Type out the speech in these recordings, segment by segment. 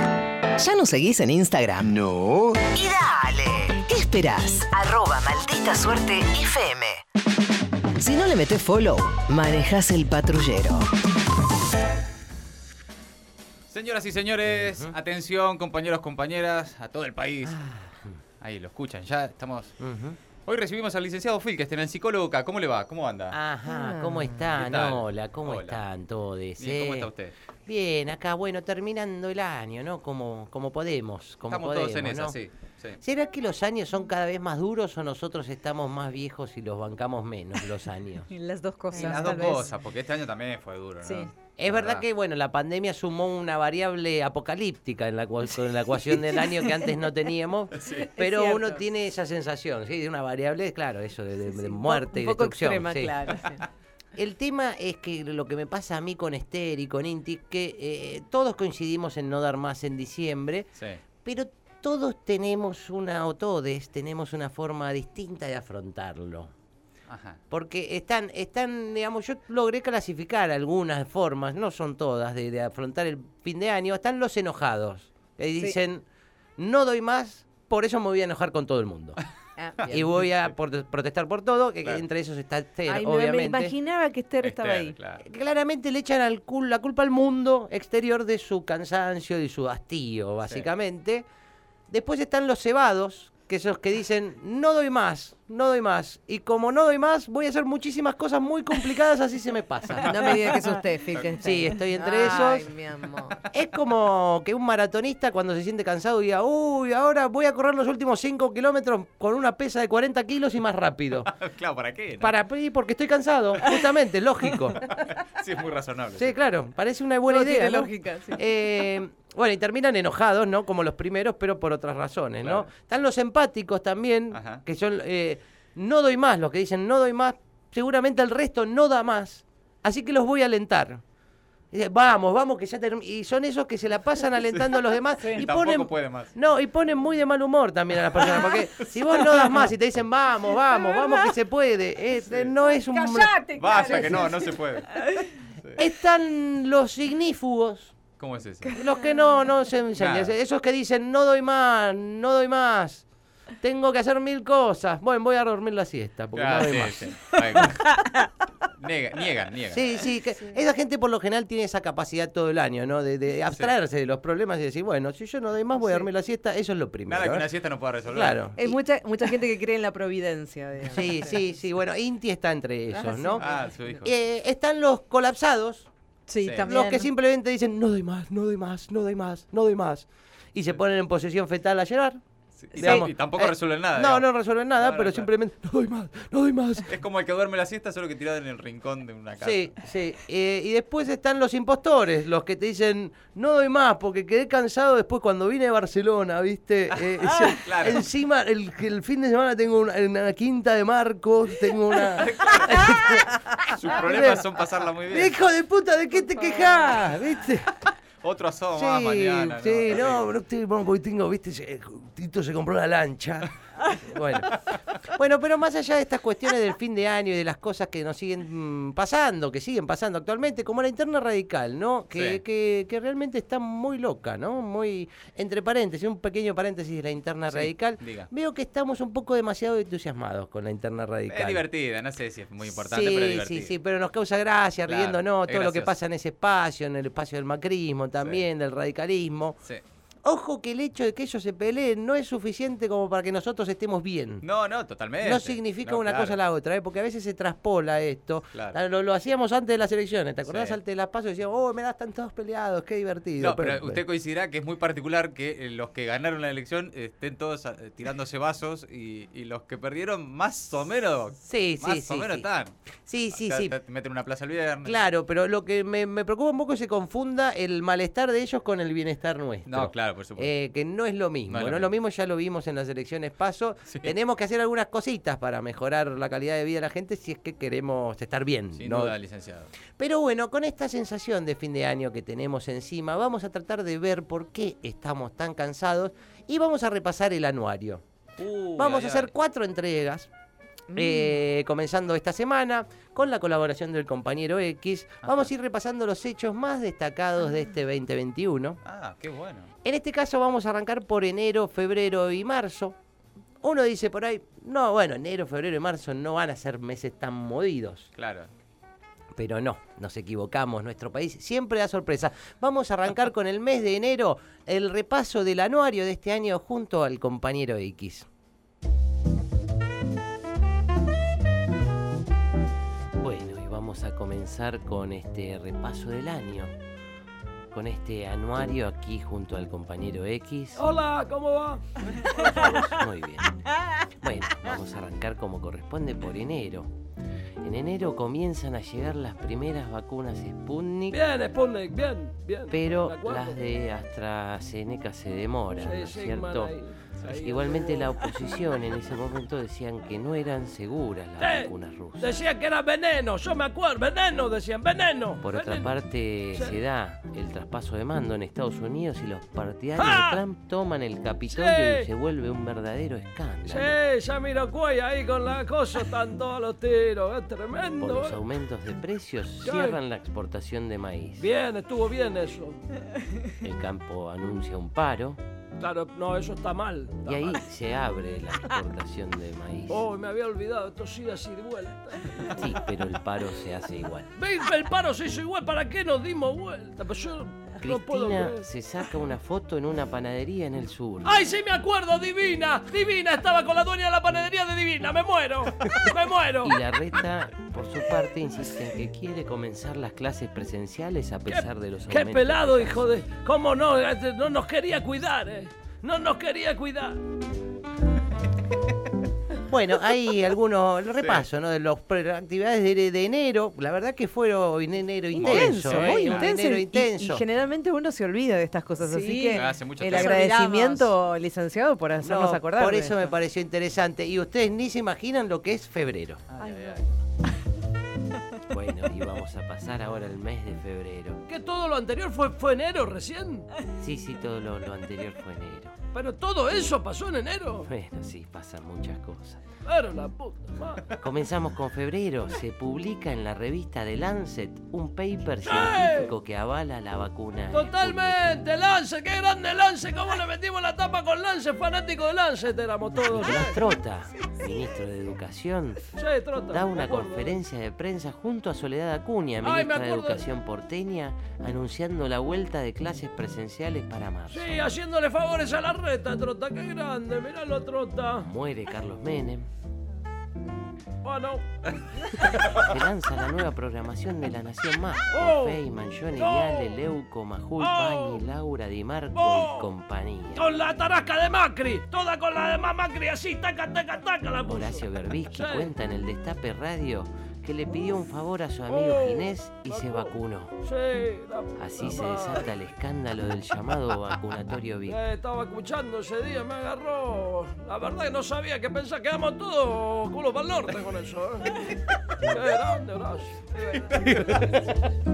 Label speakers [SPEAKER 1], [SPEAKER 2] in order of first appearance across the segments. [SPEAKER 1] ¿Ya nos seguís en Instagram?
[SPEAKER 2] No.
[SPEAKER 3] Y dale.
[SPEAKER 1] ¿Qué esperás?
[SPEAKER 3] Arroba maldita suerte FM.
[SPEAKER 1] Si no le metés follow, manejás el patrullero.
[SPEAKER 4] Señoras y señores, atención, compañeros, compañeras, a todo el país. Ahí lo escuchan, ya estamos. Hoy recibimos al licenciado Phil, que está en el psicólogo acá. ¿Cómo le va? ¿Cómo anda?
[SPEAKER 5] Ajá,
[SPEAKER 1] Ah.
[SPEAKER 5] ¿cómo están?
[SPEAKER 4] ¿Qué tal?
[SPEAKER 5] Hola, ¿cómo
[SPEAKER 4] Hola.
[SPEAKER 5] están todos? Eh,
[SPEAKER 4] Bien, ¿Cómo está usted?
[SPEAKER 5] Bien, acá, bueno, terminando el año, ¿no? Como, como podemos, como
[SPEAKER 4] Estamos
[SPEAKER 5] podemos,
[SPEAKER 4] todos en esa,
[SPEAKER 5] ¿no?
[SPEAKER 4] sí. sí.
[SPEAKER 5] ¿Será que los años son cada vez más duros o nosotros estamos más viejos y los bancamos menos los años?
[SPEAKER 6] Las dos cosas.
[SPEAKER 4] Y las dos
[SPEAKER 6] tal vez.
[SPEAKER 4] cosas, porque este año también fue duro, ¿no?
[SPEAKER 6] Sí.
[SPEAKER 5] Es verdad que, bueno, la pandemia sumó una variable apocalíptica en la, cua- con la ecuación del año que antes no teníamos, pero
[SPEAKER 6] Es
[SPEAKER 5] uno
[SPEAKER 6] cierto.
[SPEAKER 5] tiene esa sensación, ¿sí? De una variable, claro, eso, de, de-
[SPEAKER 6] Sí,
[SPEAKER 5] de
[SPEAKER 6] sí, un po-
[SPEAKER 5] muerte
[SPEAKER 6] un
[SPEAKER 5] y
[SPEAKER 6] poco
[SPEAKER 5] destrucción.
[SPEAKER 6] extrema,
[SPEAKER 5] sí.
[SPEAKER 6] claro, sí.
[SPEAKER 5] El tema es que lo que me pasa a mí con Esther y con Inti, que eh, todos coincidimos en no dar más en diciembre,
[SPEAKER 4] Sí.
[SPEAKER 5] pero todos tenemos una, o todes, tenemos una forma distinta de afrontarlo.
[SPEAKER 4] Ajá.
[SPEAKER 5] Porque están, están, digamos, yo logré clasificar algunas formas, no son todas, de, de afrontar el fin de año. Están los enojados, que dicen, no doy más, por eso me voy a enojar con todo el mundo.
[SPEAKER 6] Ah,
[SPEAKER 5] Y voy a por- protestar por todo, que
[SPEAKER 4] Claro.
[SPEAKER 5] entre esos está Esther,
[SPEAKER 6] Ay, me- me,
[SPEAKER 5] obviamente.
[SPEAKER 6] imaginaba que Esther estaba
[SPEAKER 4] Esther,
[SPEAKER 6] ahí.
[SPEAKER 4] claro.
[SPEAKER 5] Claramente le echan al cul- la culpa al mundo exterior de su cansancio y su hastío, básicamente. Después están los cebados, que esos que dicen, no doy más, no doy más. Y como no doy más, voy a hacer muchísimas cosas muy complicadas, así se me pasa.
[SPEAKER 6] No me digas que es usted, Phil, que está
[SPEAKER 5] Sí,
[SPEAKER 6] ahí.
[SPEAKER 5] estoy entre
[SPEAKER 6] Ay,
[SPEAKER 5] esos.
[SPEAKER 6] mi amor.
[SPEAKER 5] Es como que un maratonista cuando se siente cansado diga, uy, ahora voy a correr los últimos 5 kilómetros con una pesa de 40 kilos y más rápido.
[SPEAKER 4] Claro, ¿para qué? no?
[SPEAKER 5] Para, y porque estoy cansado, justamente, lógico.
[SPEAKER 4] Sí, es muy razonable.
[SPEAKER 5] Sí, claro, parece una buena
[SPEAKER 6] Todo
[SPEAKER 5] idea.
[SPEAKER 6] tiene
[SPEAKER 5] ¿no?
[SPEAKER 6] lógica, sí.
[SPEAKER 5] Eh, bueno, y terminan enojados, ¿no? Como los primeros, pero por otras razones, ¿no?
[SPEAKER 4] Claro.
[SPEAKER 5] Están los empáticos también,
[SPEAKER 4] Ajá.
[SPEAKER 5] que son, eh, no doy más, los que dicen no doy más, seguramente el resto no da más, así que los voy a alentar. Y dice, Vamos, vamos, que ya term-". Y son esos que se la pasan alentando a los demás. Y
[SPEAKER 4] Tampoco
[SPEAKER 5] ponen,
[SPEAKER 4] puede más.
[SPEAKER 5] No, y ponen muy de mal humor también a las personas. Porque si vos no das más y te dicen, vamos, vamos, vamos, que se puede. es- No es un.
[SPEAKER 6] ¡Cállate!
[SPEAKER 4] Basta,
[SPEAKER 6] claro.
[SPEAKER 4] que no, no se puede.
[SPEAKER 5] Están los ignífugos.
[SPEAKER 4] ¿Cómo es eso?
[SPEAKER 5] Los que no, no se enseñan.
[SPEAKER 4] Nada.
[SPEAKER 5] Esos que dicen, no doy más, no doy más. Tengo que hacer mil cosas. Bueno, voy a dormir la siesta porque
[SPEAKER 4] Ah,
[SPEAKER 5] no doy
[SPEAKER 4] sí,
[SPEAKER 5] más.
[SPEAKER 4] sí. Ahí va. Niega, niega, niega.
[SPEAKER 5] Sí, sí, que esa gente por lo general tiene esa capacidad todo el año, ¿no? De, de abstraerse de los problemas y decir, bueno, si yo no doy más, voy a dormir la siesta. Eso es lo primero.
[SPEAKER 4] Nada que
[SPEAKER 5] ¿eh?
[SPEAKER 4] una siesta no pueda resolver.
[SPEAKER 5] Claro.
[SPEAKER 6] Hay mucha, mucha gente que cree en la providencia. digamos.
[SPEAKER 5] Sí, sí, sí. Bueno, Inti está entre
[SPEAKER 6] Ah,
[SPEAKER 5] ellos,
[SPEAKER 6] sí.
[SPEAKER 5] ¿no?
[SPEAKER 4] Ah, su hijo.
[SPEAKER 5] Eh, están los colapsados.
[SPEAKER 6] Sí,
[SPEAKER 4] Sí.
[SPEAKER 6] también.
[SPEAKER 5] Los que simplemente dicen, no doy más, no doy más, no doy más, no doy más. Y se ponen en posesión fetal a llorar.
[SPEAKER 4] Sí, y,
[SPEAKER 5] digamos,
[SPEAKER 4] tam- y tampoco
[SPEAKER 5] eh,
[SPEAKER 4] resuelven nada.
[SPEAKER 5] No,
[SPEAKER 4] digamos.
[SPEAKER 5] no resuelven nada,
[SPEAKER 4] No, no,
[SPEAKER 5] pero
[SPEAKER 4] claro.
[SPEAKER 5] simplemente, no doy más, no doy más.
[SPEAKER 4] Es como el que duerme la siesta, solo que tirado en el rincón de una casa.
[SPEAKER 5] Sí, sí. eh, y después están los impostores, los que te dicen, no doy más, porque quedé cansado después cuando vine de Barcelona, ¿viste? Eh, ese-
[SPEAKER 4] Ah, claro.
[SPEAKER 5] Encima, el, el fin de semana tengo una, una quinta de Marcos, tengo una...
[SPEAKER 4] Sus problemas son pasarla muy bien.
[SPEAKER 5] ¡Hijo de puta, ¿de qué te quejas? ¿Viste?
[SPEAKER 4] Otro asado
[SPEAKER 5] Sí,
[SPEAKER 4] más Ah, mañana. ¿no?
[SPEAKER 5] sí, no,
[SPEAKER 4] Terrible.
[SPEAKER 5] no te- bueno, porque tengo, viste, se- Tito se compró una lancha. Bueno. bueno, pero más allá de estas cuestiones del fin de año y de las cosas que nos siguen mm, pasando, que siguen pasando actualmente, como la interna radical, ¿no? Que,
[SPEAKER 4] Sí.
[SPEAKER 5] que- que realmente está muy loca, ¿no? Muy, entre paréntesis, un pequeño paréntesis de la interna
[SPEAKER 4] Sí,
[SPEAKER 5] radical.
[SPEAKER 4] diga.
[SPEAKER 5] Veo que estamos un poco demasiado entusiasmados con la interna radical.
[SPEAKER 4] Es divertida, no sé si es muy importante,
[SPEAKER 5] sí,
[SPEAKER 4] pero
[SPEAKER 5] sí,
[SPEAKER 4] divertida.
[SPEAKER 5] sí, pero nos causa gracia,
[SPEAKER 4] Claro,
[SPEAKER 5] riéndonos,
[SPEAKER 4] es
[SPEAKER 5] todo lo que
[SPEAKER 4] gracioso.
[SPEAKER 5] pasa en ese espacio, en el espacio del macrismo también, del radicalismo.
[SPEAKER 4] Sí.
[SPEAKER 5] Ojo que el hecho de que ellos se peleen no es suficiente como para que nosotros estemos bien.
[SPEAKER 4] No, no, totalmente.
[SPEAKER 5] No significa
[SPEAKER 4] No,
[SPEAKER 5] una
[SPEAKER 4] claro.
[SPEAKER 5] cosa a la otra, ¿eh? porque a veces se traspola esto.
[SPEAKER 4] Claro.
[SPEAKER 5] Lo, lo hacíamos antes de las elecciones, ¿te acordás?
[SPEAKER 4] Sí.
[SPEAKER 5] Antes de las pasos decíamos, oh, me das están todos peleados, qué divertido.
[SPEAKER 4] No, pero usted coincidirá que es muy particular que eh, los que ganaron la elección estén todos eh, tirándose vasos y, y los que perdieron más o menos.
[SPEAKER 5] Sí, sí,
[SPEAKER 4] más o
[SPEAKER 5] sí,
[SPEAKER 4] menos
[SPEAKER 5] sí.
[SPEAKER 4] están.
[SPEAKER 5] Sí, sí,
[SPEAKER 4] Te-
[SPEAKER 5] sí.
[SPEAKER 4] te- te meten una plaza el viernes.
[SPEAKER 5] Claro, pero lo que me, me preocupa un poco es que se confunda el malestar de ellos con el bienestar nuestro.
[SPEAKER 4] No, claro, por supuesto.
[SPEAKER 5] Eh, que no es lo mismo,
[SPEAKER 4] No
[SPEAKER 5] no
[SPEAKER 4] es
[SPEAKER 5] es
[SPEAKER 4] lo
[SPEAKER 5] lo, mismo, ya lo vimos en las elecciones paso.
[SPEAKER 4] Sí.
[SPEAKER 5] Tenemos que hacer algunas cositas para mejorar la calidad de vida de la gente si es que queremos estar bien.
[SPEAKER 4] Sin
[SPEAKER 5] eh, ¿no?
[SPEAKER 4] duda, licenciado.
[SPEAKER 5] Pero bueno, con esta sensación de fin de año que tenemos encima, vamos a tratar de ver por qué estamos tan cansados y vamos a repasar el anuario.
[SPEAKER 4] Uy,
[SPEAKER 5] vamos
[SPEAKER 4] Uh, ay,
[SPEAKER 5] a hacer
[SPEAKER 4] ay.
[SPEAKER 5] cuatro entregas eh, comenzando esta semana, con la colaboración del compañero X, vamos a ir repasando los hechos más destacados de este 2021.
[SPEAKER 4] Ah, qué bueno.
[SPEAKER 5] En este caso vamos a arrancar por enero, febrero y marzo. Uno dice por ahí, no, bueno, enero, febrero y marzo no van a ser meses tan movidos.
[SPEAKER 4] Claro.
[SPEAKER 5] Pero no, nos equivocamos, nuestro país siempre da sorpresa. Vamos a arrancar con el mes de enero, el repaso del anuario de este año junto al compañero X. Bueno, y vamos a comenzar con este repaso del año. Con este anuario aquí junto al compañero X.
[SPEAKER 2] Hola, ¿cómo va?
[SPEAKER 5] Muy bien. Bueno, vamos a arrancar como corresponde por enero. En enero comienzan a llegar las primeras vacunas Sputnik,
[SPEAKER 2] Bien, Sputnik, bien, bien.
[SPEAKER 5] pero
[SPEAKER 2] ¿De acuerdo?
[SPEAKER 5] las de AstraZeneca se demoran, ¿no es
[SPEAKER 2] Sí, Sigmund
[SPEAKER 5] cierto?
[SPEAKER 2] ahí, ahí.
[SPEAKER 5] Igualmente la oposición en ese momento decían que no eran seguras las
[SPEAKER 2] Sí.
[SPEAKER 5] vacunas rusas.
[SPEAKER 2] Decían que era veneno, yo me acuerdo, veneno, decían, veneno.
[SPEAKER 5] Por otra
[SPEAKER 2] veneno.
[SPEAKER 5] parte,
[SPEAKER 2] Sí.
[SPEAKER 5] se da el traspaso de mando en Estados Unidos y los partidarios
[SPEAKER 2] ¡Ah!
[SPEAKER 5] de Trump toman el Capitolio y
[SPEAKER 2] Sí.
[SPEAKER 5] se vuelve un verdadero escándalo.
[SPEAKER 2] Sí, ya miro cuello ahí con la cosa, están todos los tiros, es tremendo.
[SPEAKER 5] Por los
[SPEAKER 2] eh.
[SPEAKER 5] aumentos de precios, cierran la exportación de maíz.
[SPEAKER 2] Bien, estuvo bien eso.
[SPEAKER 5] El campo anuncia un paro.
[SPEAKER 2] Claro, no, eso está mal. está
[SPEAKER 5] Y ahí
[SPEAKER 2] mal.
[SPEAKER 5] se abre la exportación de maíz.
[SPEAKER 2] Oh, me había olvidado, esto sigue así de vuelta.
[SPEAKER 5] Sí, pero el paro se hace igual.
[SPEAKER 2] Ve, El paro se hizo igual, ¿para qué nos dimos vuelta? Pues yo no puedo
[SPEAKER 5] Cristina
[SPEAKER 2] creer.
[SPEAKER 5] se saca una foto en una panadería en el sur.
[SPEAKER 2] ¡Ay, sí me acuerdo! ¡Divina! ¡Divina! Estaba con la dueña de la panadería de Divina. ¡Me muero! ¡Me muero!
[SPEAKER 5] Y la reta, por su parte, insiste en que quiere comenzar las clases presenciales a pesar de los
[SPEAKER 2] ¡Qué
[SPEAKER 5] aumentos.
[SPEAKER 2] pelado, hijo de... ¿Cómo no? Este, No nos quería cuidar, ¿eh? No nos quería cuidar.
[SPEAKER 5] Bueno, hay algunos, el repaso, ¿no? De las actividades de, de enero, la verdad que fueron en enero intenso.
[SPEAKER 6] Intenso,
[SPEAKER 5] ¿eh?
[SPEAKER 6] muy
[SPEAKER 5] Un
[SPEAKER 6] intenso.
[SPEAKER 5] enero
[SPEAKER 6] y- y-
[SPEAKER 5] intenso.
[SPEAKER 6] Y, generalmente uno se olvida de estas cosas, así
[SPEAKER 4] Sí.
[SPEAKER 6] que
[SPEAKER 4] Hace mucho
[SPEAKER 6] el
[SPEAKER 4] tiempo.
[SPEAKER 6] agradecimiento, licenciado, por
[SPEAKER 5] No,
[SPEAKER 6] hacernos acordar.
[SPEAKER 5] por
[SPEAKER 6] de
[SPEAKER 5] eso me
[SPEAKER 6] esto.
[SPEAKER 5] pareció interesante. Y ustedes ni se imaginan lo que es febrero.
[SPEAKER 4] Ay, ay,
[SPEAKER 5] Bueno, y vamos a pasar ahora al mes de febrero.
[SPEAKER 2] Que todo lo anterior fue, fue enero recién.
[SPEAKER 5] Sí, sí, todo lo, lo anterior fue enero.
[SPEAKER 2] Pero todo eso pasó en enero.
[SPEAKER 5] Bueno, sí, pasan muchas cosas.
[SPEAKER 2] Pero la puta madre.
[SPEAKER 5] Comenzamos con febrero. Se publica en la revista The Lancet un paper científico que avala la vacuna.
[SPEAKER 2] Totalmente, Lance, qué grande Lance, cómo le metimos la tapa con Lance, fanático de Lance, éramos todos.
[SPEAKER 5] Nicolás
[SPEAKER 2] ¿eh?
[SPEAKER 5] Trota, ministro de Educación,
[SPEAKER 2] Sí, trota,
[SPEAKER 5] da
[SPEAKER 2] me
[SPEAKER 5] una
[SPEAKER 2] acuerdo.
[SPEAKER 5] conferencia de prensa junto a Soledad Acuña,
[SPEAKER 2] Ay, me
[SPEAKER 5] ministra de
[SPEAKER 2] acuerdo.
[SPEAKER 5] Educación porteña, anunciando la vuelta de clases presenciales para marzo.
[SPEAKER 2] Sí, haciéndole favores a la reta, Trota, qué grande, miralo, Trota.
[SPEAKER 5] Muere Carlos Menem.
[SPEAKER 2] Bueno,
[SPEAKER 5] Se lanza la nueva programación de La Nación Más.
[SPEAKER 2] Oh.
[SPEAKER 5] Con Feynman, Johnny
[SPEAKER 2] Oh.
[SPEAKER 5] Viale, Leuco, Majul,
[SPEAKER 2] Oh.
[SPEAKER 5] Pañi, Laura, Di Marco
[SPEAKER 2] Oh.
[SPEAKER 5] y compañía.
[SPEAKER 2] con la tarasca de Macri, toda con la de más Macri, así, taca, taca, taca la puso.
[SPEAKER 5] Horacio Berbisky
[SPEAKER 2] Sí.
[SPEAKER 5] cuenta en el Destape Radio que le pidió un favor a su amigo
[SPEAKER 2] Oh.
[SPEAKER 5] Ginés y se vacunó.
[SPEAKER 2] Sí, la puta
[SPEAKER 5] Así se
[SPEAKER 2] madre.
[SPEAKER 5] desata el escándalo del llamado vacunatorio VIP.
[SPEAKER 2] Eh, estaba escuchando ese día, me agarró. La verdad que no sabía que pensaba, quedamos todos culo para el norte con eso. ¿eh? Qué grande, Horacio. qué grande.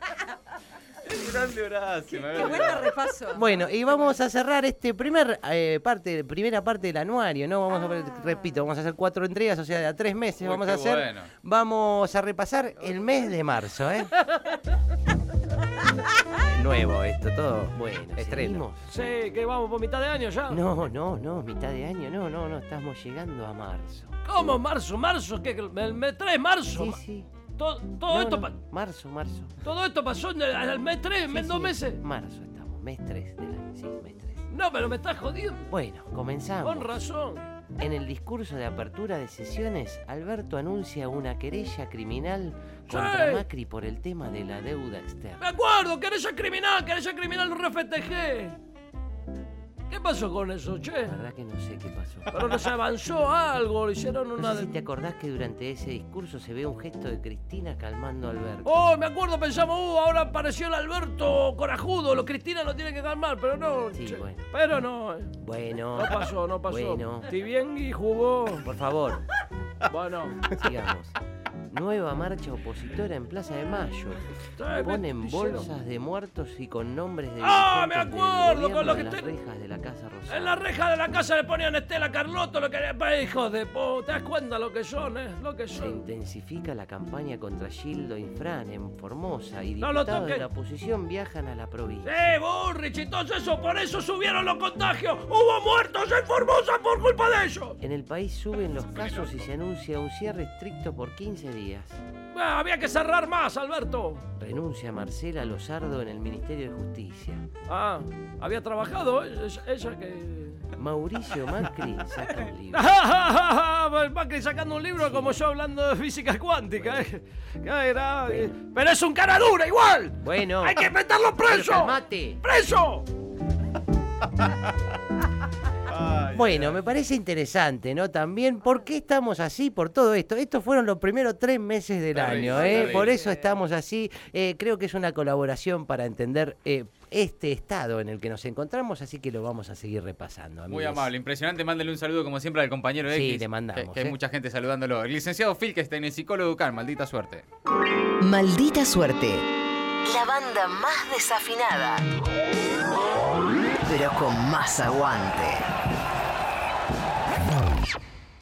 [SPEAKER 4] ay. Grande Horacio, me había olvidado.
[SPEAKER 6] Bueno, repaso.
[SPEAKER 5] Bueno, y vamos a cerrar este primer eh, parte, primera parte del anuario, ¿no? Vamos a ver- repito, vamos a hacer cuatro entregas, o sea, de a tres meses
[SPEAKER 4] Uy,
[SPEAKER 5] vamos a
[SPEAKER 4] qué
[SPEAKER 5] hacer.
[SPEAKER 4] bueno.
[SPEAKER 5] Vamos a repasar el mes de marzo, ¿eh? Nuevo esto, todo bueno. Estreno.
[SPEAKER 2] Sí, que vamos por mitad de año ya.
[SPEAKER 5] No, no, no, mitad de año, no, no, no, estamos llegando a marzo.
[SPEAKER 2] ¿Cómo marzo? ¿Marzo? ¿Qué? ¿El mes 3 marzo?
[SPEAKER 5] Sí, sí.
[SPEAKER 2] Todo, todo
[SPEAKER 5] No,
[SPEAKER 2] esto,
[SPEAKER 5] no,
[SPEAKER 2] pa-
[SPEAKER 5] Marzo, marzo.
[SPEAKER 2] todo esto pasó en el, en el mes 3, en
[SPEAKER 5] Sí,
[SPEAKER 2] mes dos
[SPEAKER 5] sí,
[SPEAKER 2] meses.
[SPEAKER 5] Marzo estamos, mes 3 del año, sí, mes 3.
[SPEAKER 2] No, pero me estás jodiendo.
[SPEAKER 5] Bueno, comenzamos.
[SPEAKER 2] Con razón.
[SPEAKER 5] En el discurso de apertura de sesiones, Alberto anuncia una querella criminal contra
[SPEAKER 2] Sí.
[SPEAKER 5] Macri por el tema de la deuda
[SPEAKER 2] Me
[SPEAKER 5] externa.
[SPEAKER 2] acuerdo, querella criminal, querella criminal, un RFTG. ¿Qué pasó con eso, che?
[SPEAKER 5] La verdad que no sé qué pasó.
[SPEAKER 2] Pero no se avanzó algo, le hicieron una
[SPEAKER 5] No sé si
[SPEAKER 2] de...
[SPEAKER 5] te acordás que durante ese discurso se ve un gesto de Cristina calmando a Alberto.
[SPEAKER 2] Oh, me acuerdo, pensamos, uh, ahora apareció el Alberto corajudo, lo Cristina lo tiene que calmar, pero no.
[SPEAKER 5] Sí,
[SPEAKER 2] che.
[SPEAKER 5] bueno.
[SPEAKER 2] Pero no, eh.
[SPEAKER 5] Bueno,
[SPEAKER 2] no pasó, no pasó.
[SPEAKER 5] Bueno.
[SPEAKER 2] Tibiengui jugó.
[SPEAKER 5] por favor,
[SPEAKER 2] Bueno.
[SPEAKER 5] sigamos. Nueva marcha opositora en Plaza de Mayo.
[SPEAKER 2] me
[SPEAKER 5] Ponen
[SPEAKER 2] hicieron.
[SPEAKER 5] bolsas de muertos y con nombres de.
[SPEAKER 2] ¡Ah, me
[SPEAKER 5] dirigentes del
[SPEAKER 2] acuerdo! Con lo
[SPEAKER 5] gobierno
[SPEAKER 2] que
[SPEAKER 5] en las
[SPEAKER 2] te-
[SPEAKER 5] rejas de la Casa Rosada.
[SPEAKER 2] En la reja de la casa le ponían Estela Carlotto, lo que pa, hijos de po, te das cuenta lo que son, eh, lo que
[SPEAKER 5] Se
[SPEAKER 2] son.
[SPEAKER 5] intensifica la campaña contra Gildo Infran en Formosa y
[SPEAKER 2] No lo
[SPEAKER 5] diputados de
[SPEAKER 2] toques.
[SPEAKER 5] la oposición viajan a la provincia.
[SPEAKER 2] Sí, Burrich y todo eso, por eso subieron los contagios. Hubo muertos en Formosa por culpa de ellos.
[SPEAKER 5] En el país suben los casos y se anuncia un cierre estricto por 15 días.
[SPEAKER 2] Ah, había que cerrar más, Alberto.
[SPEAKER 5] Renuncia Marcela Lozardo en el Ministerio de Justicia.
[SPEAKER 2] Ah, había trabajado eh, ella, ella que...
[SPEAKER 5] Mauricio Macri saca un libro.
[SPEAKER 2] Macri sacando un libro como yo hablando de física cuántica, ¿eh? Qué grave. Pero es un cara dura igual.
[SPEAKER 5] Bueno.
[SPEAKER 2] Hay que meterlo preso.
[SPEAKER 5] Calmate.
[SPEAKER 2] ¡Preso!
[SPEAKER 5] Bueno, me parece interesante, ¿no? También, ¿por qué estamos así por todo esto? Estos fueron los primeros tres meses del
[SPEAKER 4] Terrible,
[SPEAKER 5] año, ¿eh?
[SPEAKER 4] terrible.
[SPEAKER 5] Por eso estamos así. Eh, creo que es una colaboración para entender eh, este estado en el que nos encontramos, así que lo vamos a seguir repasando.
[SPEAKER 4] Muy
[SPEAKER 5] amigues.
[SPEAKER 4] amable, impresionante. Mándale un saludo como siempre al compañero
[SPEAKER 5] Sí,
[SPEAKER 4] X.
[SPEAKER 5] le mandamos,
[SPEAKER 4] Que, que hay
[SPEAKER 5] ¿eh?
[SPEAKER 4] mucha gente saludándolo. El licenciado Phil, que está en el psicólogo Cal, maldita suerte.
[SPEAKER 1] Maldita suerte.
[SPEAKER 3] La banda más desafinada, pero con más aguante.